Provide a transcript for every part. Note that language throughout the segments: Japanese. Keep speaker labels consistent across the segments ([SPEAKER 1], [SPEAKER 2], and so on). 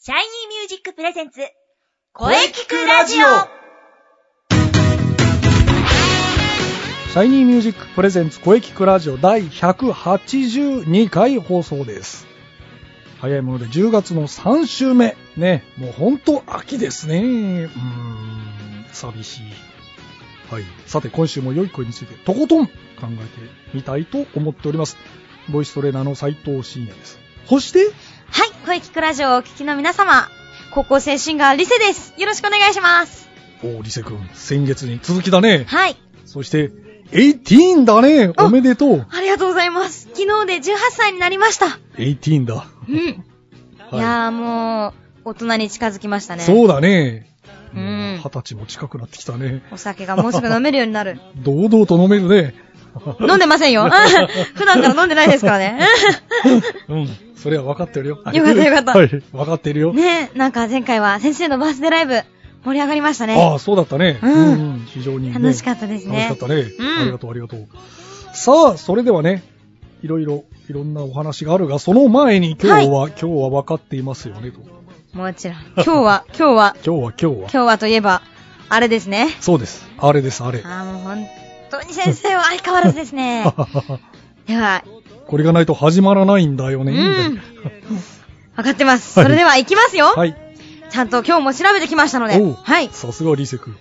[SPEAKER 1] シャイニーミュージックプレゼンツ、
[SPEAKER 2] 声聞くラジオ
[SPEAKER 3] シャイニーミュージックプレゼンツ声聞くラジオ第182回放送です。早いもので10月の3週目。ね、もうほんと秋ですね。うーん、寂しい。はい。さて、今週も良い声についてとことん考えてみたいと思っております。ボイストレーナーの斉藤慎也です。そして、
[SPEAKER 2] はい、声聞くラジオをお聞きの皆様、高校生シンガーリセです。よろしくお願いし ます。
[SPEAKER 3] おー、リセ君、先月に続きだね。
[SPEAKER 2] はい、
[SPEAKER 3] そして、18だね。
[SPEAKER 2] あ
[SPEAKER 3] おめでとう。
[SPEAKER 2] ありがとうございます。昨日で18歳になりました。
[SPEAKER 3] 18だ。
[SPEAKER 2] うん。い、やーもう、大人に近づきましたね。
[SPEAKER 3] そうだね。
[SPEAKER 2] う
[SPEAKER 3] うんん。二十歳も近くなってきたね。
[SPEAKER 2] お酒がもうすぐ飲めるようにな る。
[SPEAKER 3] 堂々と飲める ね。
[SPEAKER 2] 飲んでません よ。普段から飲んでないですから ね。
[SPEAKER 3] うん。それは分かってるよ。
[SPEAKER 2] よかったよかった
[SPEAKER 3] はい。分かってるよ。
[SPEAKER 2] ねえ、なんか前回は先生のバースデーライブ、盛り上がりました
[SPEAKER 3] あ
[SPEAKER 2] ね。
[SPEAKER 3] あ、そうだったね。
[SPEAKER 2] うん
[SPEAKER 3] ん非常にね、
[SPEAKER 2] 楽しかったですね。
[SPEAKER 3] 楽しかったね。
[SPEAKER 2] うん
[SPEAKER 3] ありがとう、ありがとう。さあ、それではね、いろいろ、いろんなお話があるが、その前に今日は、今日は分かっていますよねと。
[SPEAKER 2] もちろん。今日は、今日は、
[SPEAKER 3] 今日は、今日は。
[SPEAKER 2] 今日はといえば、あれですね。
[SPEAKER 3] そうです。あれです、あれ。
[SPEAKER 2] ああ、もう本当に先生は相変わらずです ね。では、
[SPEAKER 3] これがないと始まらないんだよ
[SPEAKER 2] う
[SPEAKER 3] ね。
[SPEAKER 2] ん。わかってます。
[SPEAKER 3] はい
[SPEAKER 2] それでは行きますよ。
[SPEAKER 3] はい。
[SPEAKER 2] ちゃんと今日も調べてきましたので。
[SPEAKER 3] おう
[SPEAKER 2] はい。
[SPEAKER 3] さすが、リセ君。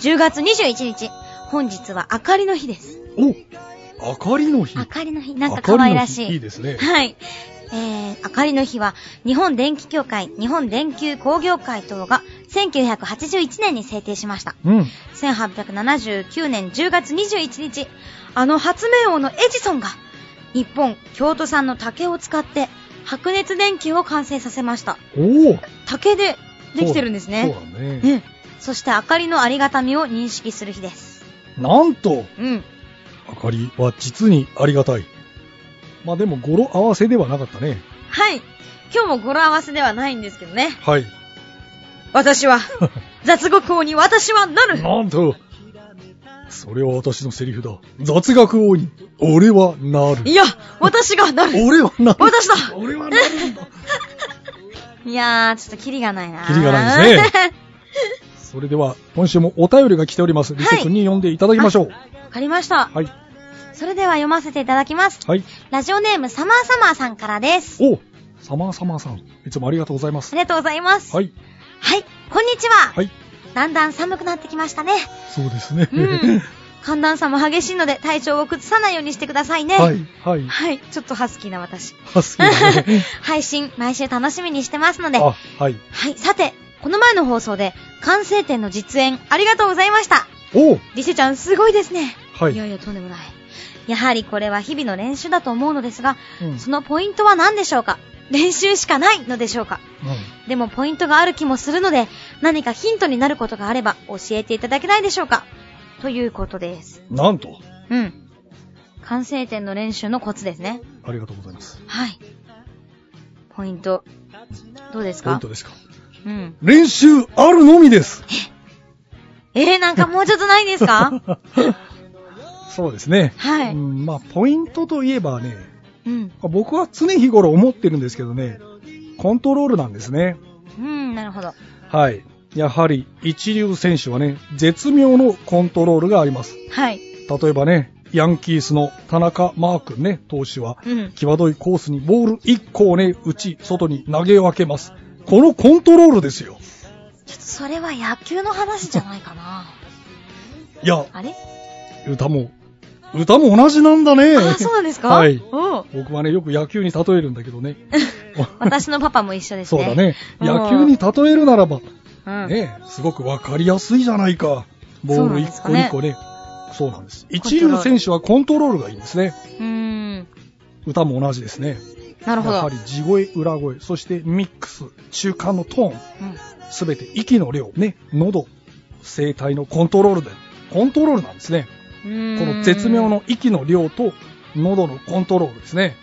[SPEAKER 2] 10月21日。本日は明かりの日です。
[SPEAKER 3] お明かりの日。
[SPEAKER 2] 明かりの日。なんか可愛らし
[SPEAKER 3] 明
[SPEAKER 2] い。
[SPEAKER 3] かりの日いいですね。
[SPEAKER 2] はい。えー、明かりの日は、日本電気協会、日本電球工業会等が、1981年に制定しました。
[SPEAKER 3] うん。
[SPEAKER 2] 1879年10月21日、あの発明王のエジソンが、日本、京都産の竹を使って、白熱電球を完成させました。
[SPEAKER 3] おお
[SPEAKER 2] 竹でできてるんですね。
[SPEAKER 3] そうだね。
[SPEAKER 2] うん。そして明かりのありがたみを認識する日です。
[SPEAKER 3] なんと、
[SPEAKER 2] うん。
[SPEAKER 3] 明かりは実にありがたい。まあでも語呂合わせではなかったね。
[SPEAKER 2] はい。今日も語呂合わせではないんですけどね。
[SPEAKER 3] はい。
[SPEAKER 2] 私は、雑語校に私はなる。
[SPEAKER 3] なんと、それは私のセリフだ。雑学王に、俺はなる
[SPEAKER 2] い。や、私がなる。
[SPEAKER 3] 俺はなる。
[SPEAKER 2] 私だ
[SPEAKER 3] 俺はなるんだ。
[SPEAKER 2] いやー、ちょっとキリがないな。
[SPEAKER 3] キリがないですね。それでは、今週もお便りが来ております。リセ君に読んでいただきましょう。
[SPEAKER 2] わかりました。
[SPEAKER 3] はい。
[SPEAKER 2] それでは読ませていただきます。
[SPEAKER 3] はい。
[SPEAKER 2] ラジオネームサマーサマーさんからです。
[SPEAKER 3] おサマーサマーさん、いつもありがとうございま
[SPEAKER 2] あ
[SPEAKER 3] す。
[SPEAKER 2] りがとうございます。。
[SPEAKER 3] はいい。
[SPEAKER 2] こんにちは。
[SPEAKER 3] はい。
[SPEAKER 2] だんだん寒くなってきました ね。
[SPEAKER 3] そうですね。
[SPEAKER 2] うん。寒暖差も激しいので体調を崩さないようにしてくださいね。
[SPEAKER 3] はい。はい。
[SPEAKER 2] はい。ちょっとハスキーな私。
[SPEAKER 3] あ、好きだね。
[SPEAKER 2] 配信、毎週楽しみにしてますので。は
[SPEAKER 3] あ、はい。
[SPEAKER 2] い。さて、この前の放送で、完成点の実演、ありがとうございました。
[SPEAKER 3] おう
[SPEAKER 2] リセちゃん、すごいですね。
[SPEAKER 3] はい
[SPEAKER 2] いやいや、とんでもない。やはりこれは日々の練習だと思うのですが、
[SPEAKER 3] うん。うん
[SPEAKER 2] そのポイントは何でしょうか練習しかないのでしょうかでもポイントがある気もするので、何かヒントになることがあれば教えていただけないでしょうかということです。
[SPEAKER 3] なんと、
[SPEAKER 2] うん。完成点の練習のコツですね。
[SPEAKER 3] ありがとうございます。
[SPEAKER 2] はい。ポイント。どうです
[SPEAKER 3] ポイン
[SPEAKER 2] か
[SPEAKER 3] トですか。
[SPEAKER 2] うん。
[SPEAKER 3] 練習あるのみです。
[SPEAKER 2] えー、なんかもうちょっとないんです か
[SPEAKER 3] そうですね。
[SPEAKER 2] はい
[SPEAKER 3] うん、まあ、ポイントといえばね、
[SPEAKER 2] うん。
[SPEAKER 3] 僕は常日頃思ってるんですけどね、コントロールなんですね。
[SPEAKER 2] うん、なるほど。
[SPEAKER 3] はい。やはり一流選手はね、絶妙のコントロールがあります。
[SPEAKER 2] はい。
[SPEAKER 3] 例えばね、ヤンキースの田中マー君ね、投手は、
[SPEAKER 2] うん。
[SPEAKER 3] 際どいコースにボール1個をね、内、外に投げ分けます。このコントロールですよ。
[SPEAKER 2] ちょっとそれは野球の話じゃないかな。
[SPEAKER 3] いや、
[SPEAKER 2] あれ
[SPEAKER 3] 歌も、歌も同じなんだね。
[SPEAKER 2] あ、そうなんですか
[SPEAKER 3] はい
[SPEAKER 2] おう
[SPEAKER 3] 僕はね、よく野球に例えるんだけどね。
[SPEAKER 2] 私のパパも一緒です
[SPEAKER 3] そう
[SPEAKER 2] ね。
[SPEAKER 3] だ。ね。
[SPEAKER 2] うん
[SPEAKER 3] 野球に例えるならば、
[SPEAKER 2] うん。
[SPEAKER 3] ね、すごくわかりやすいじゃないか。ボ
[SPEAKER 2] そう
[SPEAKER 3] ー
[SPEAKER 2] なん
[SPEAKER 3] ル
[SPEAKER 2] です
[SPEAKER 3] 一
[SPEAKER 2] か
[SPEAKER 3] 個
[SPEAKER 2] ね
[SPEAKER 3] 一個ね。そうなんです。
[SPEAKER 2] ントロール
[SPEAKER 3] 一流選手はコントロールがいいんですね。
[SPEAKER 2] うーん。
[SPEAKER 3] 歌も同じですね。
[SPEAKER 2] なるほ
[SPEAKER 3] や
[SPEAKER 2] ど
[SPEAKER 3] は。り地声、裏声、そしてミックス、中間のトーン、
[SPEAKER 2] うん
[SPEAKER 3] すべて息の量、ね、喉、声帯のコントロールで、コントロールなんですね。
[SPEAKER 2] こ
[SPEAKER 3] この絶妙の息の量と喉のコントロールですね。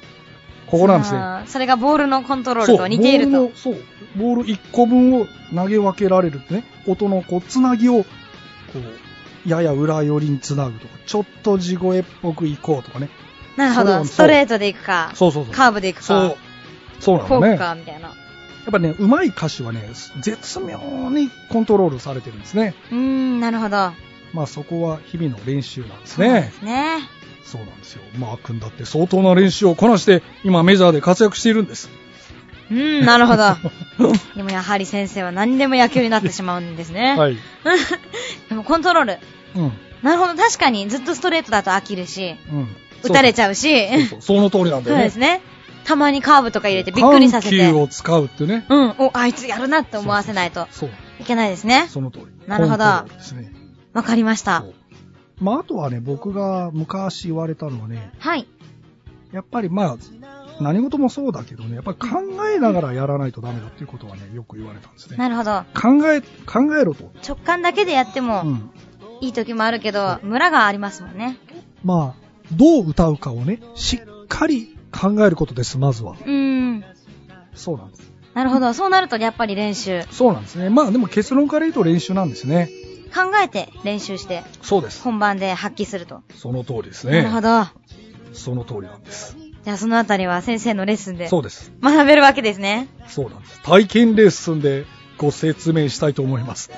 [SPEAKER 3] ここなんですね。
[SPEAKER 2] ね。それがボールのコントロールと似ている
[SPEAKER 3] ボール
[SPEAKER 2] と。
[SPEAKER 3] のそう、ボール1個分を投げ分けられるね。音のこう、つなぎを、こう、やや裏寄りにつなぐとか、ちょっと地声っぽくいこうとかね。
[SPEAKER 2] なるほ
[SPEAKER 3] そう
[SPEAKER 2] ど。
[SPEAKER 3] そう
[SPEAKER 2] ストレートでいくか、
[SPEAKER 3] そうそうそう。
[SPEAKER 2] カーブでいく
[SPEAKER 3] そ
[SPEAKER 2] か
[SPEAKER 3] う、。そうな
[SPEAKER 2] フォ
[SPEAKER 3] の
[SPEAKER 2] ーク
[SPEAKER 3] ね。
[SPEAKER 2] か、みたいな。
[SPEAKER 3] っぱね、うまい歌詞はね、絶妙にコントロールされてるんですね。
[SPEAKER 2] うーん、なるほど。
[SPEAKER 3] まあそこは日々の練習なんです
[SPEAKER 2] そうで
[SPEAKER 3] ね。
[SPEAKER 2] すね。
[SPEAKER 3] そうなんですよ。マー君だって相当な練習をこなして、今メジャーで活躍しているんです。
[SPEAKER 2] うん、なるほど。 でもやはり先生は何でも野球になってしまうんです ね。
[SPEAKER 3] はい。
[SPEAKER 2] でもコントロール。
[SPEAKER 3] うん。
[SPEAKER 2] なるほど、確かにずっとストレートだと飽きるし、
[SPEAKER 3] うん。
[SPEAKER 2] 打たれち
[SPEAKER 3] ゃ
[SPEAKER 2] ゃうし、
[SPEAKER 3] そうそう。その通りなん
[SPEAKER 2] そう
[SPEAKER 3] だよね。
[SPEAKER 2] ですね。たまにカーブとか入れてびっくりさせて。
[SPEAKER 3] 緩急
[SPEAKER 2] うん
[SPEAKER 3] を使うってね。。
[SPEAKER 2] お、あいつやるなって思わせないと
[SPEAKER 3] そう。
[SPEAKER 2] いけないですね。
[SPEAKER 3] その通り。
[SPEAKER 2] なるほど
[SPEAKER 3] コントロールですね。
[SPEAKER 2] わかりました
[SPEAKER 3] そ。うまああとはね、僕が昔言われたのはね、
[SPEAKER 2] はい。
[SPEAKER 3] やっぱりまあ、何事もそうだけどね、やっぱり考えながらやらないとダメだっていうことはね、よく言われたんですね。
[SPEAKER 2] なるほど。
[SPEAKER 3] 考え、考えろと。
[SPEAKER 2] 直感だけでやって
[SPEAKER 3] う
[SPEAKER 2] も
[SPEAKER 3] ん。
[SPEAKER 2] いい時もあるけど、ムラがありますもんね。
[SPEAKER 3] まあ、どう歌うかをね、しっかり考えることです、まずは。
[SPEAKER 2] うーん。
[SPEAKER 3] そうなんです。
[SPEAKER 2] なるほど。そうなるとやっぱり練習。
[SPEAKER 3] そうなんですね。まあでも結論から言うと練習なんですね。
[SPEAKER 2] 考えて練習して、
[SPEAKER 3] そうです。
[SPEAKER 2] 本番で発揮すると。
[SPEAKER 3] その通りです
[SPEAKER 2] なるほ
[SPEAKER 3] ね。
[SPEAKER 2] ど。
[SPEAKER 3] その通りなんです。
[SPEAKER 2] じゃあそのあたりは先生のレッスンで
[SPEAKER 3] そうです。
[SPEAKER 2] 学べるわけですね。
[SPEAKER 3] そうなんです。体験レッスンでご説明したいと思います。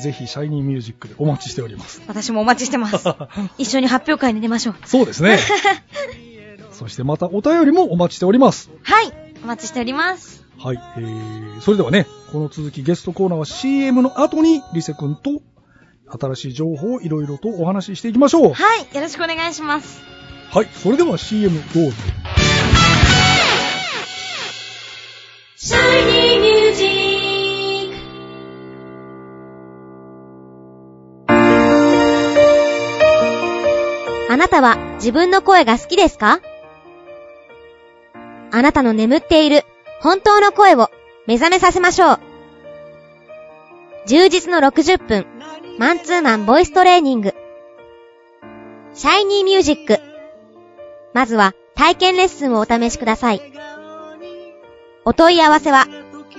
[SPEAKER 3] ぜひ、シャイニーミュージックでお待ちしております。
[SPEAKER 2] 私もお待ちして ます。一緒に発表会に出ましょう。
[SPEAKER 3] そうです ね。そしてまたお便りもお待ちしております。
[SPEAKER 2] はい。お待ちしております。
[SPEAKER 3] はい、えー、それではね、この続きゲストコーナーは CM の後に、リセ君と新しい情報をいろいろとお話ししていきましょう。
[SPEAKER 2] はい。よろしくお願いします。
[SPEAKER 3] はい、それでは CM どうぞ。
[SPEAKER 1] あなたは自分の声が好きですかあなたの眠っている本当の声を目覚めさせましょう。充実の60分、マンツーマンボイストレーニング。シャイニーミュージック。まずは体験レッスンをお試しください。お問い合わせは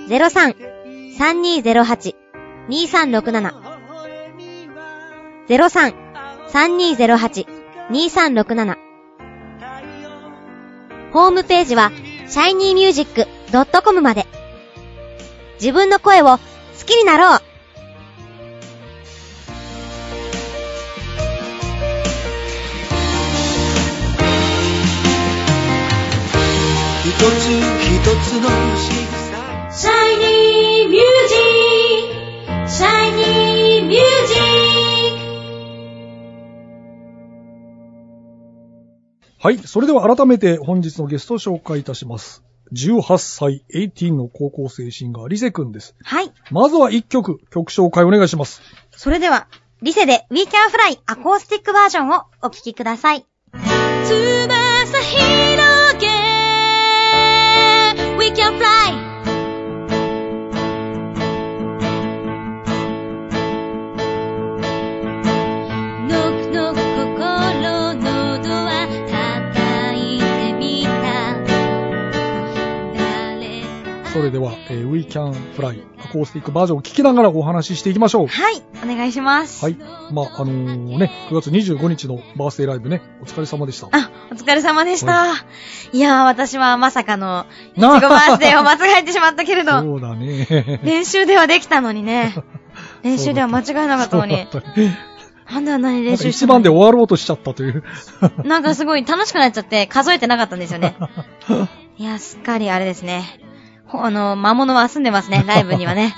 [SPEAKER 1] 03-3208-2367。03-3208-2367ホームページは shinymusic.com まで自分の声を好きになろう
[SPEAKER 4] 一つ一つの仕草
[SPEAKER 1] !Shiny Music! Shiny Music!
[SPEAKER 3] はい、それでは改めて本日のゲストを紹介いたします。18歳18の高校生シンガー、リセ君です。
[SPEAKER 2] はい。
[SPEAKER 3] まずは1曲、曲紹介お願いします。
[SPEAKER 2] それでは、リセで We Can Fly アコースティックバージョンをお聴きください。
[SPEAKER 1] 翼広げ We can fly! のくのく心のドア叩いてみた誰
[SPEAKER 3] それでは、えー We Can Fly アコースティックバージョンを聞きながらお話ししていきましょう。
[SPEAKER 2] はい。お願いします。
[SPEAKER 3] はい。まあ、あのーね、9月25日のバースデーライブね、お疲れ様でした。
[SPEAKER 2] あ、お疲れ様でした。いやー、私はまさかの、いちご
[SPEAKER 3] な
[SPEAKER 2] バースデーを間違えてしまったけれど、
[SPEAKER 3] そうだ ね。
[SPEAKER 2] 練習ではできたのに ね。練習では間違えなかったのに。
[SPEAKER 3] そうだったね
[SPEAKER 2] なんであんなに
[SPEAKER 3] なん
[SPEAKER 2] 練
[SPEAKER 3] か
[SPEAKER 2] 習して
[SPEAKER 3] 一
[SPEAKER 2] た
[SPEAKER 3] 番で
[SPEAKER 2] の
[SPEAKER 3] 終わろうとしちゃったという。
[SPEAKER 2] なんかすごい楽しくなっちゃって数えてなかったんですよ ね。いや、すっかりあれですね。ほあの、魔物は住んでます ね、ライブにはね。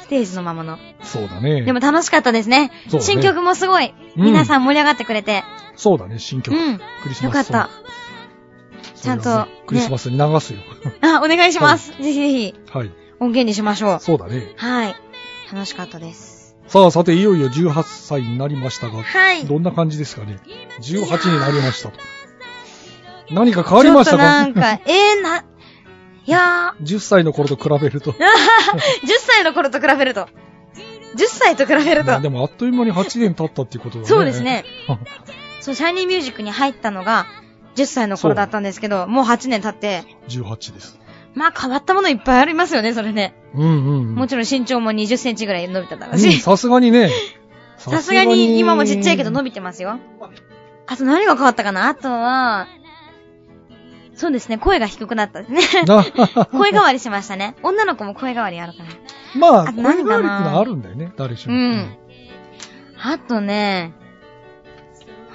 [SPEAKER 2] ステージの魔物。
[SPEAKER 3] そうだね。
[SPEAKER 2] でも楽しかったですね。
[SPEAKER 3] そうね
[SPEAKER 2] 新曲もすごい、
[SPEAKER 3] うん
[SPEAKER 2] 皆さん盛り上がってくれて。
[SPEAKER 3] そうだね、新
[SPEAKER 2] う
[SPEAKER 3] 曲。
[SPEAKER 2] ん。
[SPEAKER 3] クリス
[SPEAKER 2] よか
[SPEAKER 3] マ
[SPEAKER 2] っ
[SPEAKER 3] スソング。
[SPEAKER 2] た。ちゃんと
[SPEAKER 3] それはねクリスマスに流すよ。
[SPEAKER 2] あ、お願いします。ぜひぜひ、
[SPEAKER 3] はい。
[SPEAKER 2] 音源にしましょう。
[SPEAKER 3] そうだね。
[SPEAKER 2] はい。楽しかったです。
[SPEAKER 3] さあ、さて、いよいよ18歳になりましたが、
[SPEAKER 2] はい。
[SPEAKER 3] どんな感じですかね。18になりましたと。何か変わりましたか
[SPEAKER 2] ちょっとなんか、えー、な、いや
[SPEAKER 3] ?10 歳の頃と比べると。
[SPEAKER 2] ー、10歳の頃と比べると、10歳と比べる
[SPEAKER 3] まあで
[SPEAKER 2] と、
[SPEAKER 3] もあっという間に8年経ったっていうことだね。
[SPEAKER 2] そうです。 ね。
[SPEAKER 3] あ
[SPEAKER 2] そう、シャイニーミュージックに入ったのが、10歳の頃だったんですけど、もう8年経って、
[SPEAKER 3] 18です。
[SPEAKER 2] まあ変わったものいっぱいありますよね、それね。
[SPEAKER 3] うんうん。
[SPEAKER 2] もちろん身長も20センチぐらい伸びただろ
[SPEAKER 3] う
[SPEAKER 2] うんし。
[SPEAKER 3] さすがにね。
[SPEAKER 2] さすがに今もちっちゃいけど伸びてますよ。あと何が変わったかなあとは、そうですね、声が低くなったですね。声変わりしましたね。女の子も声変わりあるから。
[SPEAKER 3] まあ、
[SPEAKER 2] あ
[SPEAKER 3] 声変わ
[SPEAKER 2] 何
[SPEAKER 3] りっての
[SPEAKER 2] かな
[SPEAKER 3] はあるんだよね、誰しも。
[SPEAKER 2] うん。あとね、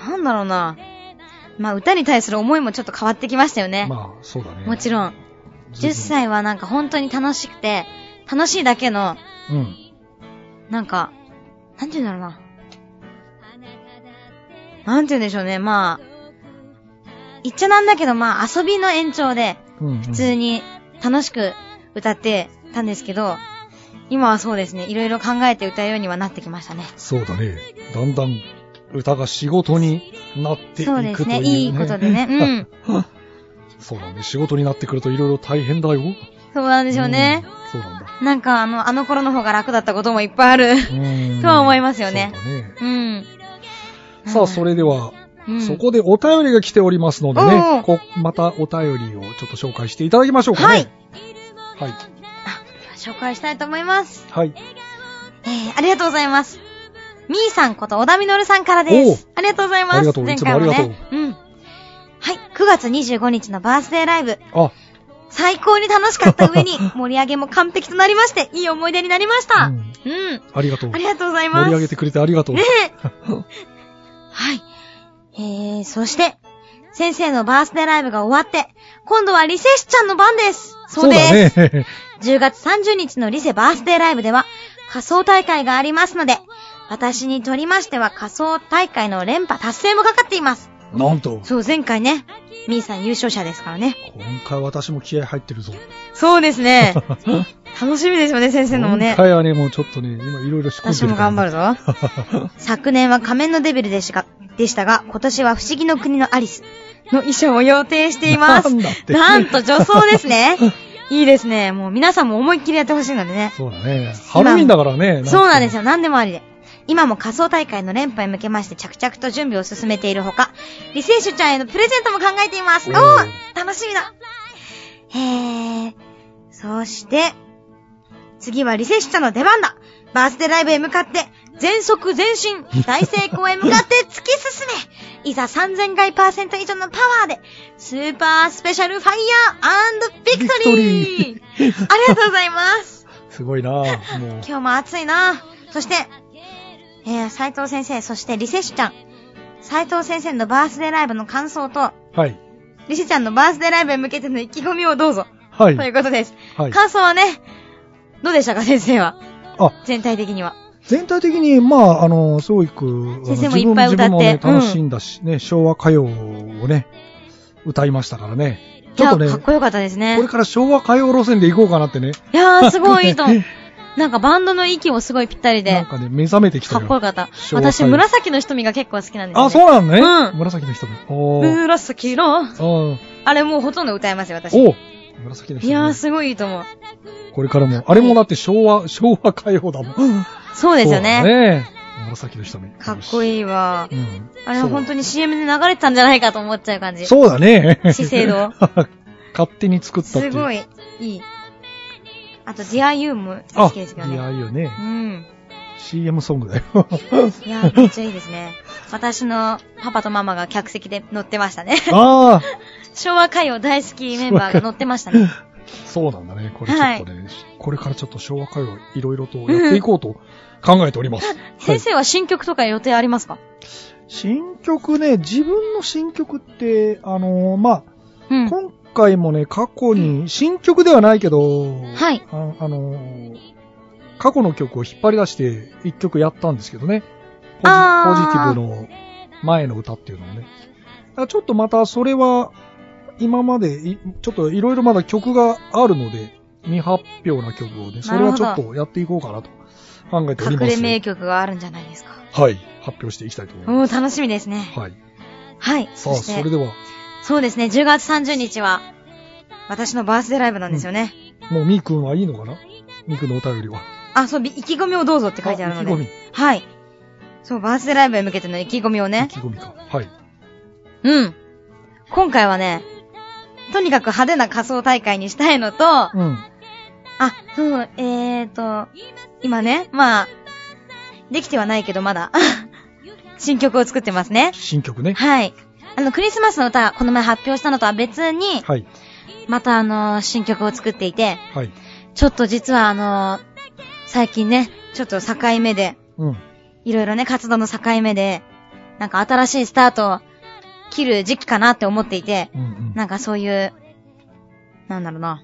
[SPEAKER 2] なんだろうな。まあ、歌に対する思いもちょっと変わってきましたよね。
[SPEAKER 3] まあ、そうだね。
[SPEAKER 2] もちろん。
[SPEAKER 3] 随
[SPEAKER 2] 10。
[SPEAKER 3] 分
[SPEAKER 2] 歳はなんか本当に楽しくて、楽しいだけの、
[SPEAKER 3] うん。
[SPEAKER 2] なんか、なんて言うんだろうな。なんて言うんでしょうね。まあ、言っちゃなんだけど、まあ、遊びの延長で、
[SPEAKER 3] うん、
[SPEAKER 2] 普通に楽しく歌ってたんですけど、今はそうですね、いろいろ考えて歌うようにはなってきましたね。
[SPEAKER 3] そうだね。だんだん歌が仕事になっていく
[SPEAKER 2] そう
[SPEAKER 3] という、
[SPEAKER 2] で
[SPEAKER 3] ね。
[SPEAKER 2] すね、いいことでね。うん。
[SPEAKER 3] そうだね。仕事になってくるといろいろ大変だよ。
[SPEAKER 2] そうなんでしょうね。
[SPEAKER 3] うん。そうなんだ。
[SPEAKER 2] なんかあの、あの頃の方が楽だったこともいっぱいある。
[SPEAKER 3] うん
[SPEAKER 2] とは思いますよね
[SPEAKER 3] そうだね。
[SPEAKER 2] うん。
[SPEAKER 3] さあ、それでは、
[SPEAKER 2] うん
[SPEAKER 3] そこでお便りが来ておりますので
[SPEAKER 2] おうお
[SPEAKER 3] ね
[SPEAKER 2] う、
[SPEAKER 3] こまたお便りをちょっと紹介していただきましょうかね。はい。はい。
[SPEAKER 2] 紹介したいと思います。
[SPEAKER 3] はい。
[SPEAKER 2] えー、ありがとうございます。みーさんこと小田みのるさんからです。ありがとうございます。
[SPEAKER 3] ありがとう
[SPEAKER 2] 前回も
[SPEAKER 3] いつもありが
[SPEAKER 2] ね。うん。はい、9月25日のバースデーライブ、
[SPEAKER 3] あ、
[SPEAKER 2] 最高に楽しかった 上に、盛り上げも完璧となりまして、いい思い出になりました。う
[SPEAKER 3] う
[SPEAKER 2] んう
[SPEAKER 3] ん。
[SPEAKER 2] ん。
[SPEAKER 3] ありがとう。
[SPEAKER 2] ありがとうございます。
[SPEAKER 3] 盛り上げてくれてありがとう。
[SPEAKER 2] ね え。はい。えー、そして、先生のバースデーライブが終わって、今度はリセシちゃんの番です。そうです。
[SPEAKER 3] だね。
[SPEAKER 2] 10月30日のリセバースデーライブでは、仮想大会がありますので、私にとりましては仮想大会の連覇達成もかかっています。
[SPEAKER 3] なんと、
[SPEAKER 2] そう、前回ね、みーさん優勝者ですからね。
[SPEAKER 3] 今回私も気合入ってるぞ。
[SPEAKER 2] そうですね。楽しみですよね、先生のもね
[SPEAKER 3] 今。回はね、もうちょっとね、今いろいろ仕込んで
[SPEAKER 2] 私も頑張る
[SPEAKER 3] ぞ。
[SPEAKER 2] ぞ。昨年は仮面のデビルでしたが、でしたが、今年は不思議の国のアリスの衣装を予定しています。
[SPEAKER 3] なんだって
[SPEAKER 2] なんと女装です ね。いいですね。もう皆さんも思いっきりやってほしいのでね。
[SPEAKER 3] そうだね。ハロウィンだからね。
[SPEAKER 2] そうなんです
[SPEAKER 3] よ。
[SPEAKER 2] よ。何でもありで。今も仮想大会の連覇へ向けまして着々と準備を進めているほか、リセッシュちゃんへのプレゼントも考えています。お
[SPEAKER 3] お
[SPEAKER 2] お
[SPEAKER 3] ー
[SPEAKER 2] ー楽しみだえー、そして、次はリセッシュちゃんの出番だバースデーライブへ向かって、全速前進、大成功へ向かって 突き進めいざ3000回パーセント以上のパワーで、スーパースペシャルファイヤービクトリー
[SPEAKER 3] ビクトリー
[SPEAKER 2] ありがとうございます
[SPEAKER 3] すごいなもう。
[SPEAKER 2] 今日も暑いなそして、えー、斉藤先生、そしてリセッシュちゃん。斉藤先生のバースデーライブの感想と、
[SPEAKER 3] はい。
[SPEAKER 2] リセちゃんのバースデーライブへ向けての意気込みをどうぞ。
[SPEAKER 3] は
[SPEAKER 2] という
[SPEAKER 3] い。
[SPEAKER 2] ことです。
[SPEAKER 3] はい。
[SPEAKER 2] 感想はね、どうでしたか、先生は。
[SPEAKER 3] あ、
[SPEAKER 2] 全体的には。
[SPEAKER 3] 全体的に、まあ、あの、すごく、あの
[SPEAKER 2] 先生もいっぱい
[SPEAKER 3] 自分も
[SPEAKER 2] 歌って
[SPEAKER 3] 自分もね、楽しんだし、ね、昭和歌謡をね、歌いましたからね。
[SPEAKER 2] い
[SPEAKER 3] ちょっ
[SPEAKER 2] や、
[SPEAKER 3] とね、
[SPEAKER 2] かっこよかったです
[SPEAKER 3] これ
[SPEAKER 2] ね。
[SPEAKER 3] から昭和歌謡路線で行こうかなってね。
[SPEAKER 2] いやー、すごいいいと思う。なんかバンドの息もすごいぴったり
[SPEAKER 3] なん
[SPEAKER 2] で、
[SPEAKER 3] かね、目覚めてきた
[SPEAKER 2] か
[SPEAKER 3] よ
[SPEAKER 2] っこよかった。
[SPEAKER 3] 昭和歌
[SPEAKER 2] 私、
[SPEAKER 3] 謡
[SPEAKER 2] 紫の瞳が結構好きなんですよ、ね。
[SPEAKER 3] あ、そうなのね。
[SPEAKER 2] うん
[SPEAKER 3] 紫の人おー。
[SPEAKER 2] 紫の。
[SPEAKER 3] お
[SPEAKER 2] あれもうほとんど歌えますよ、私。
[SPEAKER 3] おー紫の人
[SPEAKER 2] いやー、すごいいいと思う。
[SPEAKER 3] これからも、あれもだって昭和、昭和歌謡だもん。
[SPEAKER 2] そうですよ
[SPEAKER 3] そうだね。紫の人ね。
[SPEAKER 2] かっこいいわ
[SPEAKER 3] う。ん。
[SPEAKER 2] あれは本当
[SPEAKER 3] に。
[SPEAKER 2] に CM で流れてたんじゃないかと思っちゃう感じ。
[SPEAKER 3] そうだね。
[SPEAKER 2] 資生堂
[SPEAKER 3] 勝手に作ったってい
[SPEAKER 2] す
[SPEAKER 3] う。
[SPEAKER 2] ご
[SPEAKER 3] い。
[SPEAKER 2] い、いい。あと、Dear You も好
[SPEAKER 3] あ、
[SPEAKER 2] きですけど
[SPEAKER 3] いや、
[SPEAKER 2] ね。
[SPEAKER 3] いいよね
[SPEAKER 2] う。ん。
[SPEAKER 3] CM ソングだよ。
[SPEAKER 2] いや、めっちゃいいですね。私のパパとママが客席で乗ってましたね。
[SPEAKER 3] ああ、
[SPEAKER 2] 昭和歌謡大好きメンバーが乗ってましたね。
[SPEAKER 3] そうなんだね。これちょっとね、これからちょっと昭和歌謡いろいろとやっていこうと考えております。
[SPEAKER 2] 先生は新曲とか予定ありますか
[SPEAKER 3] 新曲ね、自分の新曲って、あのーまあ、
[SPEAKER 2] うん。
[SPEAKER 3] 今回もね、過去に、新曲ではないけど、
[SPEAKER 2] はい
[SPEAKER 3] ああのー過去の曲を引っ張り出して一曲やったんですけどね。ポジポジテ
[SPEAKER 2] あー
[SPEAKER 3] ィブの前の歌っていうのをね。だからちょっとまたそれは、今までい、ちょっといろいろまだ曲があるので、未発表な曲をね、それはちょっとやっていこうかなと考えており
[SPEAKER 2] 隠
[SPEAKER 3] ます。
[SPEAKER 2] れ名曲があるんじゃないですか。
[SPEAKER 3] はい。発表していきたいと思いま
[SPEAKER 2] おー、楽しみですね。
[SPEAKER 3] す。はい。
[SPEAKER 2] はい。
[SPEAKER 3] さあ、
[SPEAKER 2] そし
[SPEAKER 3] そ
[SPEAKER 2] て
[SPEAKER 3] れでは、
[SPEAKER 2] そうですね、10月30日は、私のバースデーライブなんですよね。
[SPEAKER 3] もうみーくんはいいのかなみーくんのお便りは。
[SPEAKER 2] あ、そう、び意気込みをどうぞって書いてあるので。
[SPEAKER 3] あ意気込み
[SPEAKER 2] はい。そう、バースデーライブへ向けての意気込みを
[SPEAKER 3] 意
[SPEAKER 2] ね。
[SPEAKER 3] 気込みか。はい。
[SPEAKER 2] うん。今回はね、とにかく派手な仮装大会にしたいのと、あ、
[SPEAKER 3] うん。
[SPEAKER 2] そうそう、えーと、今ね、まあ、 できてはないけどまだ、新曲を作ってますね。
[SPEAKER 3] 新曲ね。
[SPEAKER 2] はい。あの、クリスマスの歌、この前発表したのとは別に、
[SPEAKER 3] はい。
[SPEAKER 2] またあの、新曲を作っていて、
[SPEAKER 3] はい。
[SPEAKER 2] ちょっと実はあの、最近ね、ちょっと境目で、
[SPEAKER 3] うん。
[SPEAKER 2] いろいろね、活動の境目で、なんか新しいスタートを切る時期かなって思っていて、
[SPEAKER 3] うんうん。
[SPEAKER 2] なんかそういう、なんだろうな、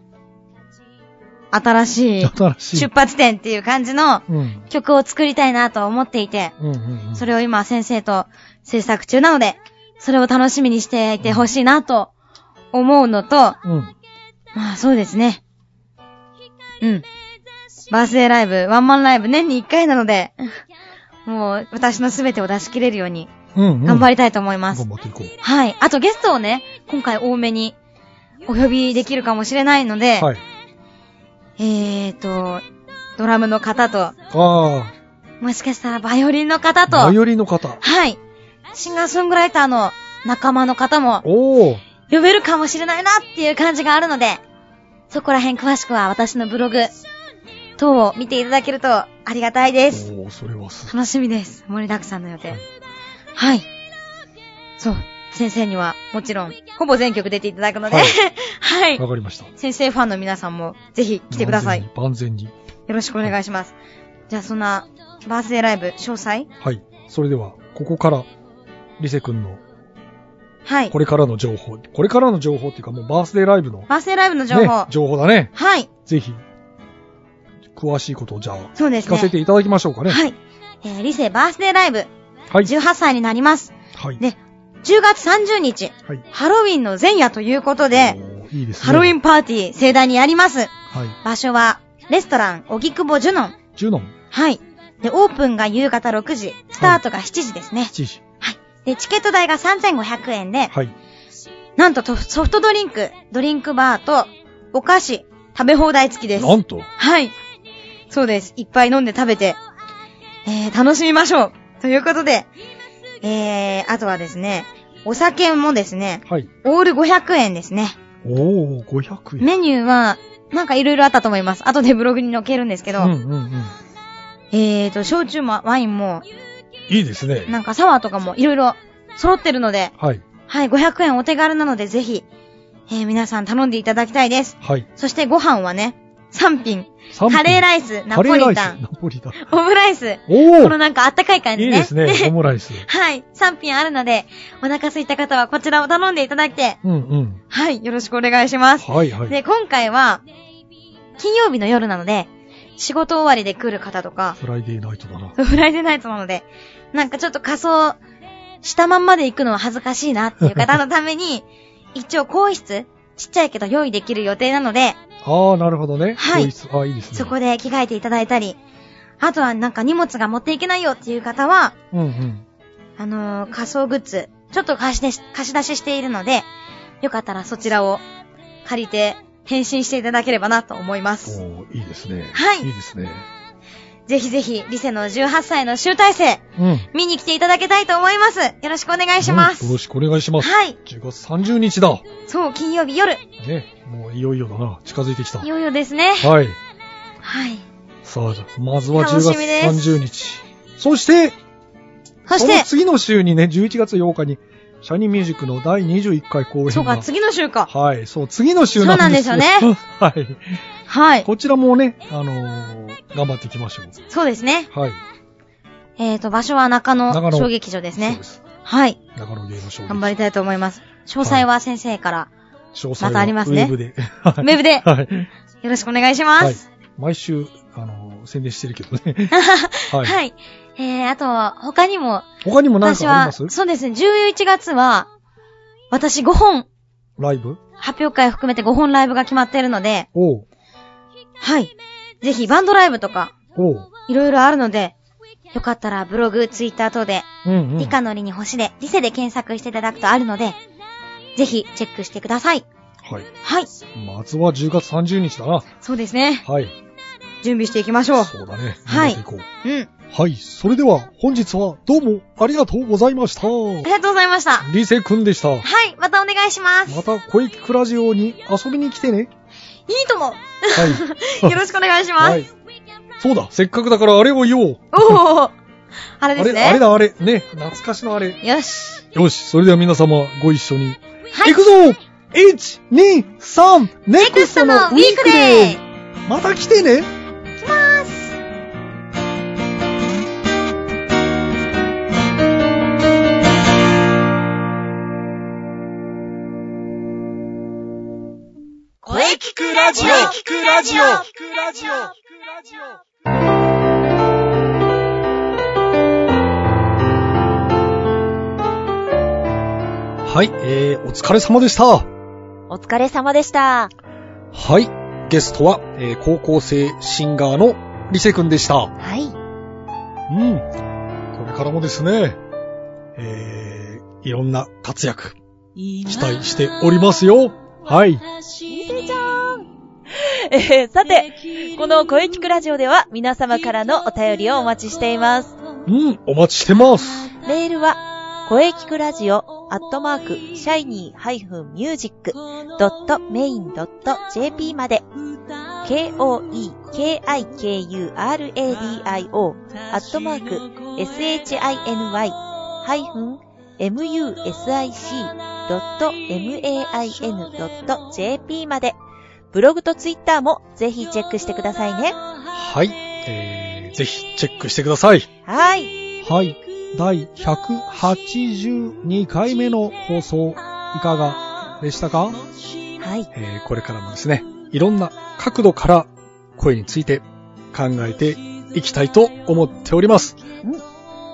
[SPEAKER 2] 新しい
[SPEAKER 3] 新しい。
[SPEAKER 2] 出発点っていう感じの
[SPEAKER 3] うん。
[SPEAKER 2] 曲を作りたいなと思っていて、
[SPEAKER 3] うんうんうん。
[SPEAKER 2] それを今先生と制作中なので、それを楽しみにしていてほしいなと思うのと、
[SPEAKER 3] うん。
[SPEAKER 2] まあそうですね。うん。バースデーライブ、ワンマンライブ年に1回なので、もう私の全てを出し切れるように
[SPEAKER 3] うん、うん。
[SPEAKER 2] 頑張
[SPEAKER 3] り
[SPEAKER 2] りたいと思います。
[SPEAKER 3] 頑張っていこう。
[SPEAKER 2] はい。あとゲストをね、今回多めにお呼びできるかもしれないので、
[SPEAKER 3] はい。
[SPEAKER 2] えーと、ドラムの方と、
[SPEAKER 3] あ
[SPEAKER 2] もしかしたらバイオリンの方
[SPEAKER 3] あ、バイ
[SPEAKER 2] と、
[SPEAKER 3] オリンの方。
[SPEAKER 2] はい。シンガーソングライターの仲間の方も
[SPEAKER 3] おお、
[SPEAKER 2] 呼べるかもしれないなっていう感じがあるので、そこら辺詳しくは私のブログ等を見ていただけるとありがたいです。
[SPEAKER 3] おお、それはす
[SPEAKER 2] 楽しみです。盛りだくさんの予定。はい。そう。先生にはもちろん、ほぼ全曲出ていただくので、
[SPEAKER 3] は
[SPEAKER 2] はいい、
[SPEAKER 3] わかりました。
[SPEAKER 2] 先生ファンの皆さんもぜひ来てください。よ
[SPEAKER 3] 万全に。万全に
[SPEAKER 2] ろしくお願いします。じゃあそんな、バースデーライブ詳細
[SPEAKER 3] はい。それでは、ここから、リセ君の
[SPEAKER 2] はい
[SPEAKER 3] こ。れからの情報、これからの情報っていうかもうバースデーライブの、
[SPEAKER 2] バースデーライブの情報。
[SPEAKER 3] ね、情報だね。
[SPEAKER 2] はい。
[SPEAKER 3] ぜひ、詳しいことをじゃあ、
[SPEAKER 2] そうです
[SPEAKER 3] 聞か
[SPEAKER 2] ね。
[SPEAKER 3] せていただきましょうかね。
[SPEAKER 2] はい。えー、リセバースデーライブ、
[SPEAKER 3] はい。
[SPEAKER 2] 18歳になります。
[SPEAKER 3] はい。
[SPEAKER 2] で、10月30日、
[SPEAKER 3] はい。
[SPEAKER 2] ハロウィンの前夜ということで、
[SPEAKER 3] おーいいですね。
[SPEAKER 2] ハロウィ
[SPEAKER 3] ン。
[SPEAKER 2] ンパーティー盛大にやります。
[SPEAKER 3] はい。
[SPEAKER 2] 場所は、レストラン、荻窪ジュノン。
[SPEAKER 3] ジュノン、
[SPEAKER 2] はい。で、オープンが夕方6時、スタートが7時ですね。
[SPEAKER 3] 7時。
[SPEAKER 2] で、チケット代が3500円で、
[SPEAKER 3] はい。
[SPEAKER 2] なんととソフトドリンク、ドリンクバーと、お菓子、食べ放題付きです。
[SPEAKER 3] なんと、
[SPEAKER 2] はい。そうです。いっぱい飲んで食べて、えー、楽しみましょうということで、えー、あとはですね、お酒もですね、
[SPEAKER 3] はい。
[SPEAKER 2] オール500円ですね。
[SPEAKER 3] おお、500円。
[SPEAKER 2] メニューは、なんかいろいろあったと思います。後でブログに載っけるんですけ
[SPEAKER 3] う
[SPEAKER 2] ど、
[SPEAKER 3] んうんうん。
[SPEAKER 2] えーと、焼酎もワインも、
[SPEAKER 3] いいですね。
[SPEAKER 2] なんかサワーとかもいろいろ揃ってるので、
[SPEAKER 3] はい。
[SPEAKER 2] はい、500円お手軽なのでぜひ、えー、皆さん頼んでいただきたいです。
[SPEAKER 3] はい。
[SPEAKER 2] そしてご飯はね、3品。
[SPEAKER 3] 三品
[SPEAKER 2] カレーライス、ナポ
[SPEAKER 3] カレー
[SPEAKER 2] リ
[SPEAKER 3] ラ
[SPEAKER 2] タ
[SPEAKER 3] イス
[SPEAKER 2] ン、
[SPEAKER 3] ナポリタン。
[SPEAKER 2] オムライス、
[SPEAKER 3] お
[SPEAKER 2] この
[SPEAKER 3] お、
[SPEAKER 2] なんかあったかい感
[SPEAKER 3] い
[SPEAKER 2] じ
[SPEAKER 3] い
[SPEAKER 2] ね。
[SPEAKER 3] ですね。オムライス。
[SPEAKER 2] はい。3品あるので、お腹空いた方はこちらを頼んでいただいて、
[SPEAKER 3] うんうん。
[SPEAKER 2] はい。よろしくお願いします。
[SPEAKER 3] はいはい。
[SPEAKER 2] で、今回は、金曜日の夜なので、仕事終わりで来る方とか、
[SPEAKER 3] フライデーナイトだな。
[SPEAKER 2] フライデーナイトなので、なんかちょっと仮装したまんまで行くのは恥ずかしいなっていう 方のために、一応更衣室、ちっちゃいけど用意できる予定なので、
[SPEAKER 3] ああ、なるほどね。
[SPEAKER 2] はい
[SPEAKER 3] ドイツああ、いいですね。
[SPEAKER 2] そこで着替えていただいたり、あとはなんか荷物が持っていけないよっていう方は、
[SPEAKER 3] うんうん。
[SPEAKER 2] あのー、仮想グッズ、ちょっと貸し出し、貸し出ししているので、よかったらそちらを借りて、返信していただければなと思います。
[SPEAKER 3] おーいいですね。
[SPEAKER 2] はい
[SPEAKER 3] いいですね。
[SPEAKER 2] ぜひぜひ、リセの18歳の集大成、
[SPEAKER 3] うん。
[SPEAKER 2] 見に来ていただきたいと思います。よろしくお願いします。
[SPEAKER 3] よろしくお願いします。
[SPEAKER 2] はい。
[SPEAKER 3] 10月30日だ。
[SPEAKER 2] そう、金曜日夜、
[SPEAKER 3] ね。もういよいよだな。近づいてきた。
[SPEAKER 2] いよいよですね。
[SPEAKER 3] はい。
[SPEAKER 2] はい。
[SPEAKER 3] さあ、じゃあまずは10
[SPEAKER 2] 楽
[SPEAKER 3] 月
[SPEAKER 2] しみです
[SPEAKER 3] 30日。そして、
[SPEAKER 2] そし
[SPEAKER 3] その
[SPEAKER 2] て、
[SPEAKER 3] 次の週にね、11月8日に、シャニミュージックの第21回公演が。
[SPEAKER 2] そうか、次の週か。
[SPEAKER 3] はい、そう、次の週なんです
[SPEAKER 2] そうなんですよ
[SPEAKER 3] はい。
[SPEAKER 2] はい。
[SPEAKER 3] こちらもね、あのー頑張っていきましょう。
[SPEAKER 2] そうですね。
[SPEAKER 3] はい。
[SPEAKER 2] えーと、場所は中
[SPEAKER 3] 中
[SPEAKER 2] 野
[SPEAKER 3] 野
[SPEAKER 2] 小劇場です
[SPEAKER 3] そう
[SPEAKER 2] ね
[SPEAKER 3] で。す。
[SPEAKER 2] はい。
[SPEAKER 3] 中野芸能賞。
[SPEAKER 2] 頑張りたいと思います。詳細は先生から、
[SPEAKER 3] 詳細は
[SPEAKER 2] またありますね
[SPEAKER 3] ウェブで。
[SPEAKER 2] ウェブで
[SPEAKER 3] はい。
[SPEAKER 2] よろしくお願いしま
[SPEAKER 3] はい
[SPEAKER 2] す。。
[SPEAKER 3] 毎週、あのー宣伝してるけど ね。
[SPEAKER 2] はい。
[SPEAKER 3] はい。
[SPEAKER 2] えー、あと、他にも、
[SPEAKER 3] 他にも何
[SPEAKER 2] 私
[SPEAKER 3] かあり
[SPEAKER 2] は、
[SPEAKER 3] ます
[SPEAKER 2] そうですね、11月は、私5本、
[SPEAKER 3] ライブ
[SPEAKER 2] 発表会含めて5本ライブが決まっているので、
[SPEAKER 3] おう。
[SPEAKER 2] はい。ぜひバンドライブとか、
[SPEAKER 3] おう。
[SPEAKER 2] いろいろあるので、よかったらブログ、ツイッター等で、
[SPEAKER 3] うんうん。
[SPEAKER 2] 理科のりに星で、リセで検索していただくとあるので、ぜひチェックしてください。
[SPEAKER 3] はい。
[SPEAKER 2] はい。
[SPEAKER 3] まずは10月30日だな。
[SPEAKER 2] そうですね。
[SPEAKER 3] はい。
[SPEAKER 2] 準備していきましょう。
[SPEAKER 3] そうだね。
[SPEAKER 2] はい
[SPEAKER 3] 頑張っていこう
[SPEAKER 2] うん。
[SPEAKER 3] はい。それでは、本日はどうもありがとうございました。
[SPEAKER 2] ありがとうございました。は
[SPEAKER 3] リセくんでした。
[SPEAKER 2] い。またお願いします。い
[SPEAKER 3] また、小池クラジオに遊びに来てね。
[SPEAKER 2] いとも。
[SPEAKER 3] はい。
[SPEAKER 2] よろしくお願いします。
[SPEAKER 3] はい。そうだ、せっかくだからあれを言おう。
[SPEAKER 2] おー。あれ
[SPEAKER 3] あ
[SPEAKER 2] です
[SPEAKER 3] れ、
[SPEAKER 2] ね。
[SPEAKER 3] あれだ、あれ。ね、懐かしのあれ。
[SPEAKER 2] よし。
[SPEAKER 3] よし、それでは皆様ご一緒に。
[SPEAKER 2] はい
[SPEAKER 3] いくぞ !1、2、3、ネ
[SPEAKER 2] ネク
[SPEAKER 3] ク
[SPEAKER 2] ス
[SPEAKER 3] ス
[SPEAKER 2] ト
[SPEAKER 3] ト
[SPEAKER 2] の
[SPEAKER 3] の
[SPEAKER 2] ウ
[SPEAKER 3] ウ
[SPEAKER 2] ィ
[SPEAKER 3] ィ
[SPEAKER 2] ー
[SPEAKER 3] ー
[SPEAKER 2] ク
[SPEAKER 3] ク
[SPEAKER 2] デ
[SPEAKER 3] デ
[SPEAKER 2] イ
[SPEAKER 3] イまた来てね
[SPEAKER 2] 来ます。
[SPEAKER 4] 声聞くラジオ聞くラジオ聞くラジオ
[SPEAKER 3] はい、えー、お疲れ様でした。は
[SPEAKER 5] お疲れ様でした。
[SPEAKER 3] い、ゲストは、えー、高校生シンガーのリセ君でした。
[SPEAKER 5] はい。
[SPEAKER 3] うん。これからもですね、えー、いろんな活躍、期待しておりますよ。はい。
[SPEAKER 5] リセちゃん。えー、さて、この声聞くラジオでは皆様からのお便りをお待ちしています。
[SPEAKER 3] うん、お待ちしてます。
[SPEAKER 5] メールは、声聞くラジオ、アットマーク、シャイニー -music.main.jp まで、k-o-e-k-i-k-u-r-a-d-i-o、アットマーク、shiny-music.main.jp まで、ブログとツイッターもぜひチェックしてくださいね。
[SPEAKER 3] はい、えー、ぜひチェックしてください。
[SPEAKER 5] はい。
[SPEAKER 3] はい。第182回目の放送、いかがでしたか、
[SPEAKER 5] はい。
[SPEAKER 3] えーこれからもですね、いろんな角度から声について考えていきたいと思っております。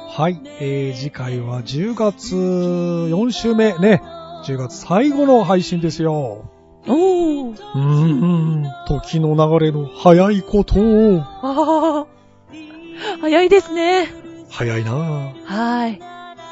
[SPEAKER 3] はい。えー次回は10月4週目ね、10月最後の配信ですよ。
[SPEAKER 5] おー。
[SPEAKER 3] うーん、時の流れの早いことを、
[SPEAKER 5] あー。早いですね。
[SPEAKER 3] 早いなぁ。
[SPEAKER 5] はい。
[SPEAKER 3] え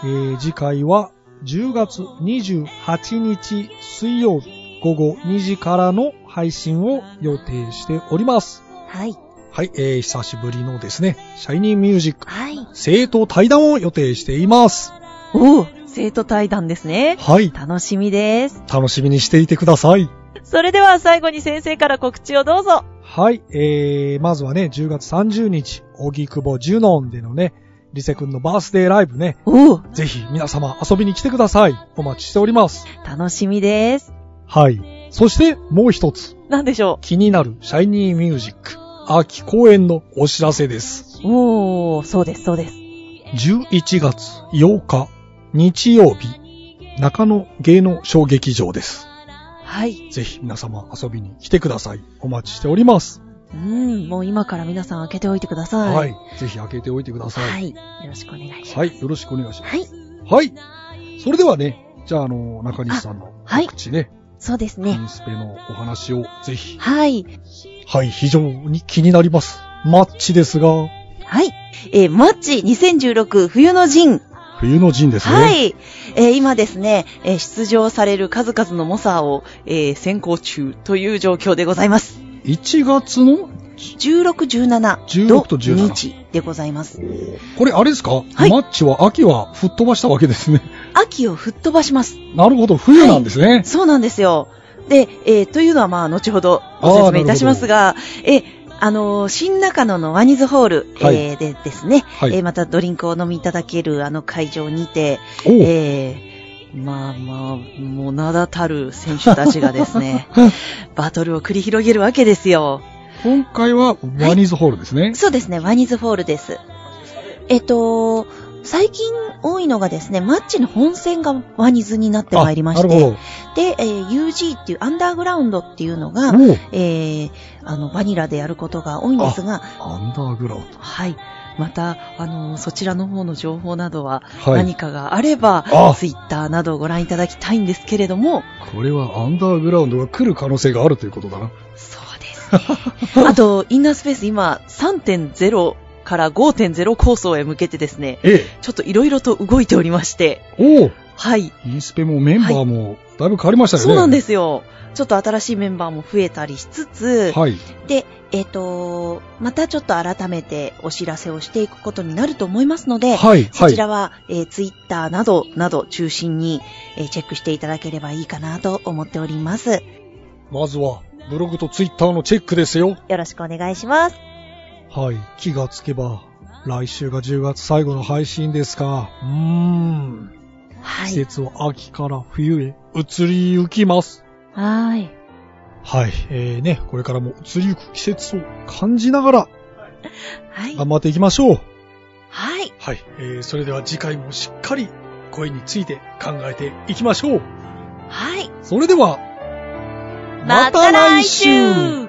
[SPEAKER 3] ー次回は10月28日水曜日午後2時からの配信を予定しております。
[SPEAKER 5] はい。
[SPEAKER 3] はい、えー久しぶりのですね、シャイニーミュージック、
[SPEAKER 5] はい。
[SPEAKER 3] 生徒対談を予定しています。
[SPEAKER 5] おー。生徒対談ですね。
[SPEAKER 3] はい、
[SPEAKER 5] 楽しみです。
[SPEAKER 3] 楽しみにしていてください。
[SPEAKER 5] それでは最後に先生から告知をどうぞ。
[SPEAKER 3] はい、えー、まずはね、10月30日、荻窪ジュノンでのね、リセ君のバースデーライブね、
[SPEAKER 5] おー。
[SPEAKER 3] ぜひ皆様遊びに来てください。お待ちしております。
[SPEAKER 5] 楽しみです。
[SPEAKER 3] はい。そして、もう一つ。
[SPEAKER 5] なんでしょ
[SPEAKER 3] 気になるシャイニーミュージック秋公演のお知らせです。
[SPEAKER 5] う。おー。そうです、そうです。
[SPEAKER 3] 11月8日日曜日、中野芸能小劇場です。
[SPEAKER 5] はい。
[SPEAKER 3] ぜひ皆様遊びに来てください。お待ちしております。
[SPEAKER 5] うん。もう今から皆さん開けておいてください。
[SPEAKER 3] はい。。ぜひ開けておいてくださ。
[SPEAKER 5] はいい。よろしくお願いします。
[SPEAKER 3] はい。よろしくお願いしま
[SPEAKER 5] はい。
[SPEAKER 3] す。はい。それではね、じゃあ、あの、中西さんの
[SPEAKER 5] はい
[SPEAKER 3] 告知ね、
[SPEAKER 5] そうです
[SPEAKER 3] イ
[SPEAKER 5] ね。
[SPEAKER 3] ンスペのお話をぜひ。
[SPEAKER 5] はい。
[SPEAKER 3] はい、非常に気になります。マッチですが、
[SPEAKER 5] はい。えーマッチ2016冬の陣。
[SPEAKER 3] 冬の陣ですね。
[SPEAKER 5] はい。えー今ですね、えー出場される数々の猛者を、えー先行中という状況でございます。
[SPEAKER 3] 1月の
[SPEAKER 5] 16、17
[SPEAKER 3] 16と17
[SPEAKER 5] 日でございます。
[SPEAKER 3] これあれですか、
[SPEAKER 5] はい
[SPEAKER 3] マッチは秋は吹っ飛ばしたわけですね。
[SPEAKER 5] 秋を吹っ飛ばします。
[SPEAKER 3] なるほど、冬なんですね。
[SPEAKER 5] そうなんですよ。で、えーというのはまあ、後ほどご説明いたしますが、え、あのー新中野のワニズホール、えー
[SPEAKER 3] はい
[SPEAKER 5] でですね、
[SPEAKER 3] はい。
[SPEAKER 5] えーまたドリンクを飲みいただけるあの会場にて、
[SPEAKER 3] おう
[SPEAKER 5] えーまあまあ、もう名だたる選手たちがです ね、バトルを繰り広げるわけですよ。
[SPEAKER 3] 今回はワニーズホールですね。
[SPEAKER 5] そうですね、ワニズホールです。えっと、最近多いのがですね、マッチの本戦がワニズになってまいりまし
[SPEAKER 3] あなる
[SPEAKER 5] て、
[SPEAKER 3] ほ
[SPEAKER 5] で、えー UG っていうアンダーグラウンドっていうのが、
[SPEAKER 3] ど。おう
[SPEAKER 5] えーあの、バニラでやることが多いんですが、
[SPEAKER 3] アンダーグラウンド。
[SPEAKER 5] はい。また、あの、そちらの方の情報などは、
[SPEAKER 3] はい
[SPEAKER 5] 何。かがあれば、
[SPEAKER 3] あ
[SPEAKER 5] ツイッターなどをご覧いただきたいんですけれ ども、
[SPEAKER 3] これはアンダーグラウンドが来る可能性があるということだな。
[SPEAKER 5] そうです、ね。あと、インナースペース今、3.0から5.0構想へ向けてですね、
[SPEAKER 3] え
[SPEAKER 5] ちょっといろいろと動いておりまして、
[SPEAKER 3] え。おう
[SPEAKER 5] はい。
[SPEAKER 3] インスペもメンバーもだいぶ変わりましたよね。。
[SPEAKER 5] そうなんですすよ。ちょっと新しいメンバーも増えたりしつつ、
[SPEAKER 3] はい。
[SPEAKER 5] で、えっ、と、またちょっと改めてお知らせをしていくことになると思いますので、
[SPEAKER 3] はい。
[SPEAKER 5] そ
[SPEAKER 3] は
[SPEAKER 5] ち
[SPEAKER 3] い。
[SPEAKER 5] らは、えー、ツイッターなど、など中心に、えーチェックしていただければいいかなと思っております。
[SPEAKER 3] まずはブログとツイッターのチェックですよ。
[SPEAKER 5] よろしくお願いします。
[SPEAKER 3] はい。気がつけば来週が10月最後の配信ですか。うーん。
[SPEAKER 5] は
[SPEAKER 3] 季
[SPEAKER 5] い。
[SPEAKER 3] 節は秋から冬へ移りゆきます。
[SPEAKER 5] はい。
[SPEAKER 3] はい。えー、ね、これからも移りゆく季節を感じながら
[SPEAKER 5] はい。
[SPEAKER 3] 頑張っていきましょう。
[SPEAKER 5] はい。
[SPEAKER 3] はい。えー、それでは次回もしっかり声について考えていきましょう。
[SPEAKER 5] はい。
[SPEAKER 3] それでは、
[SPEAKER 5] また来週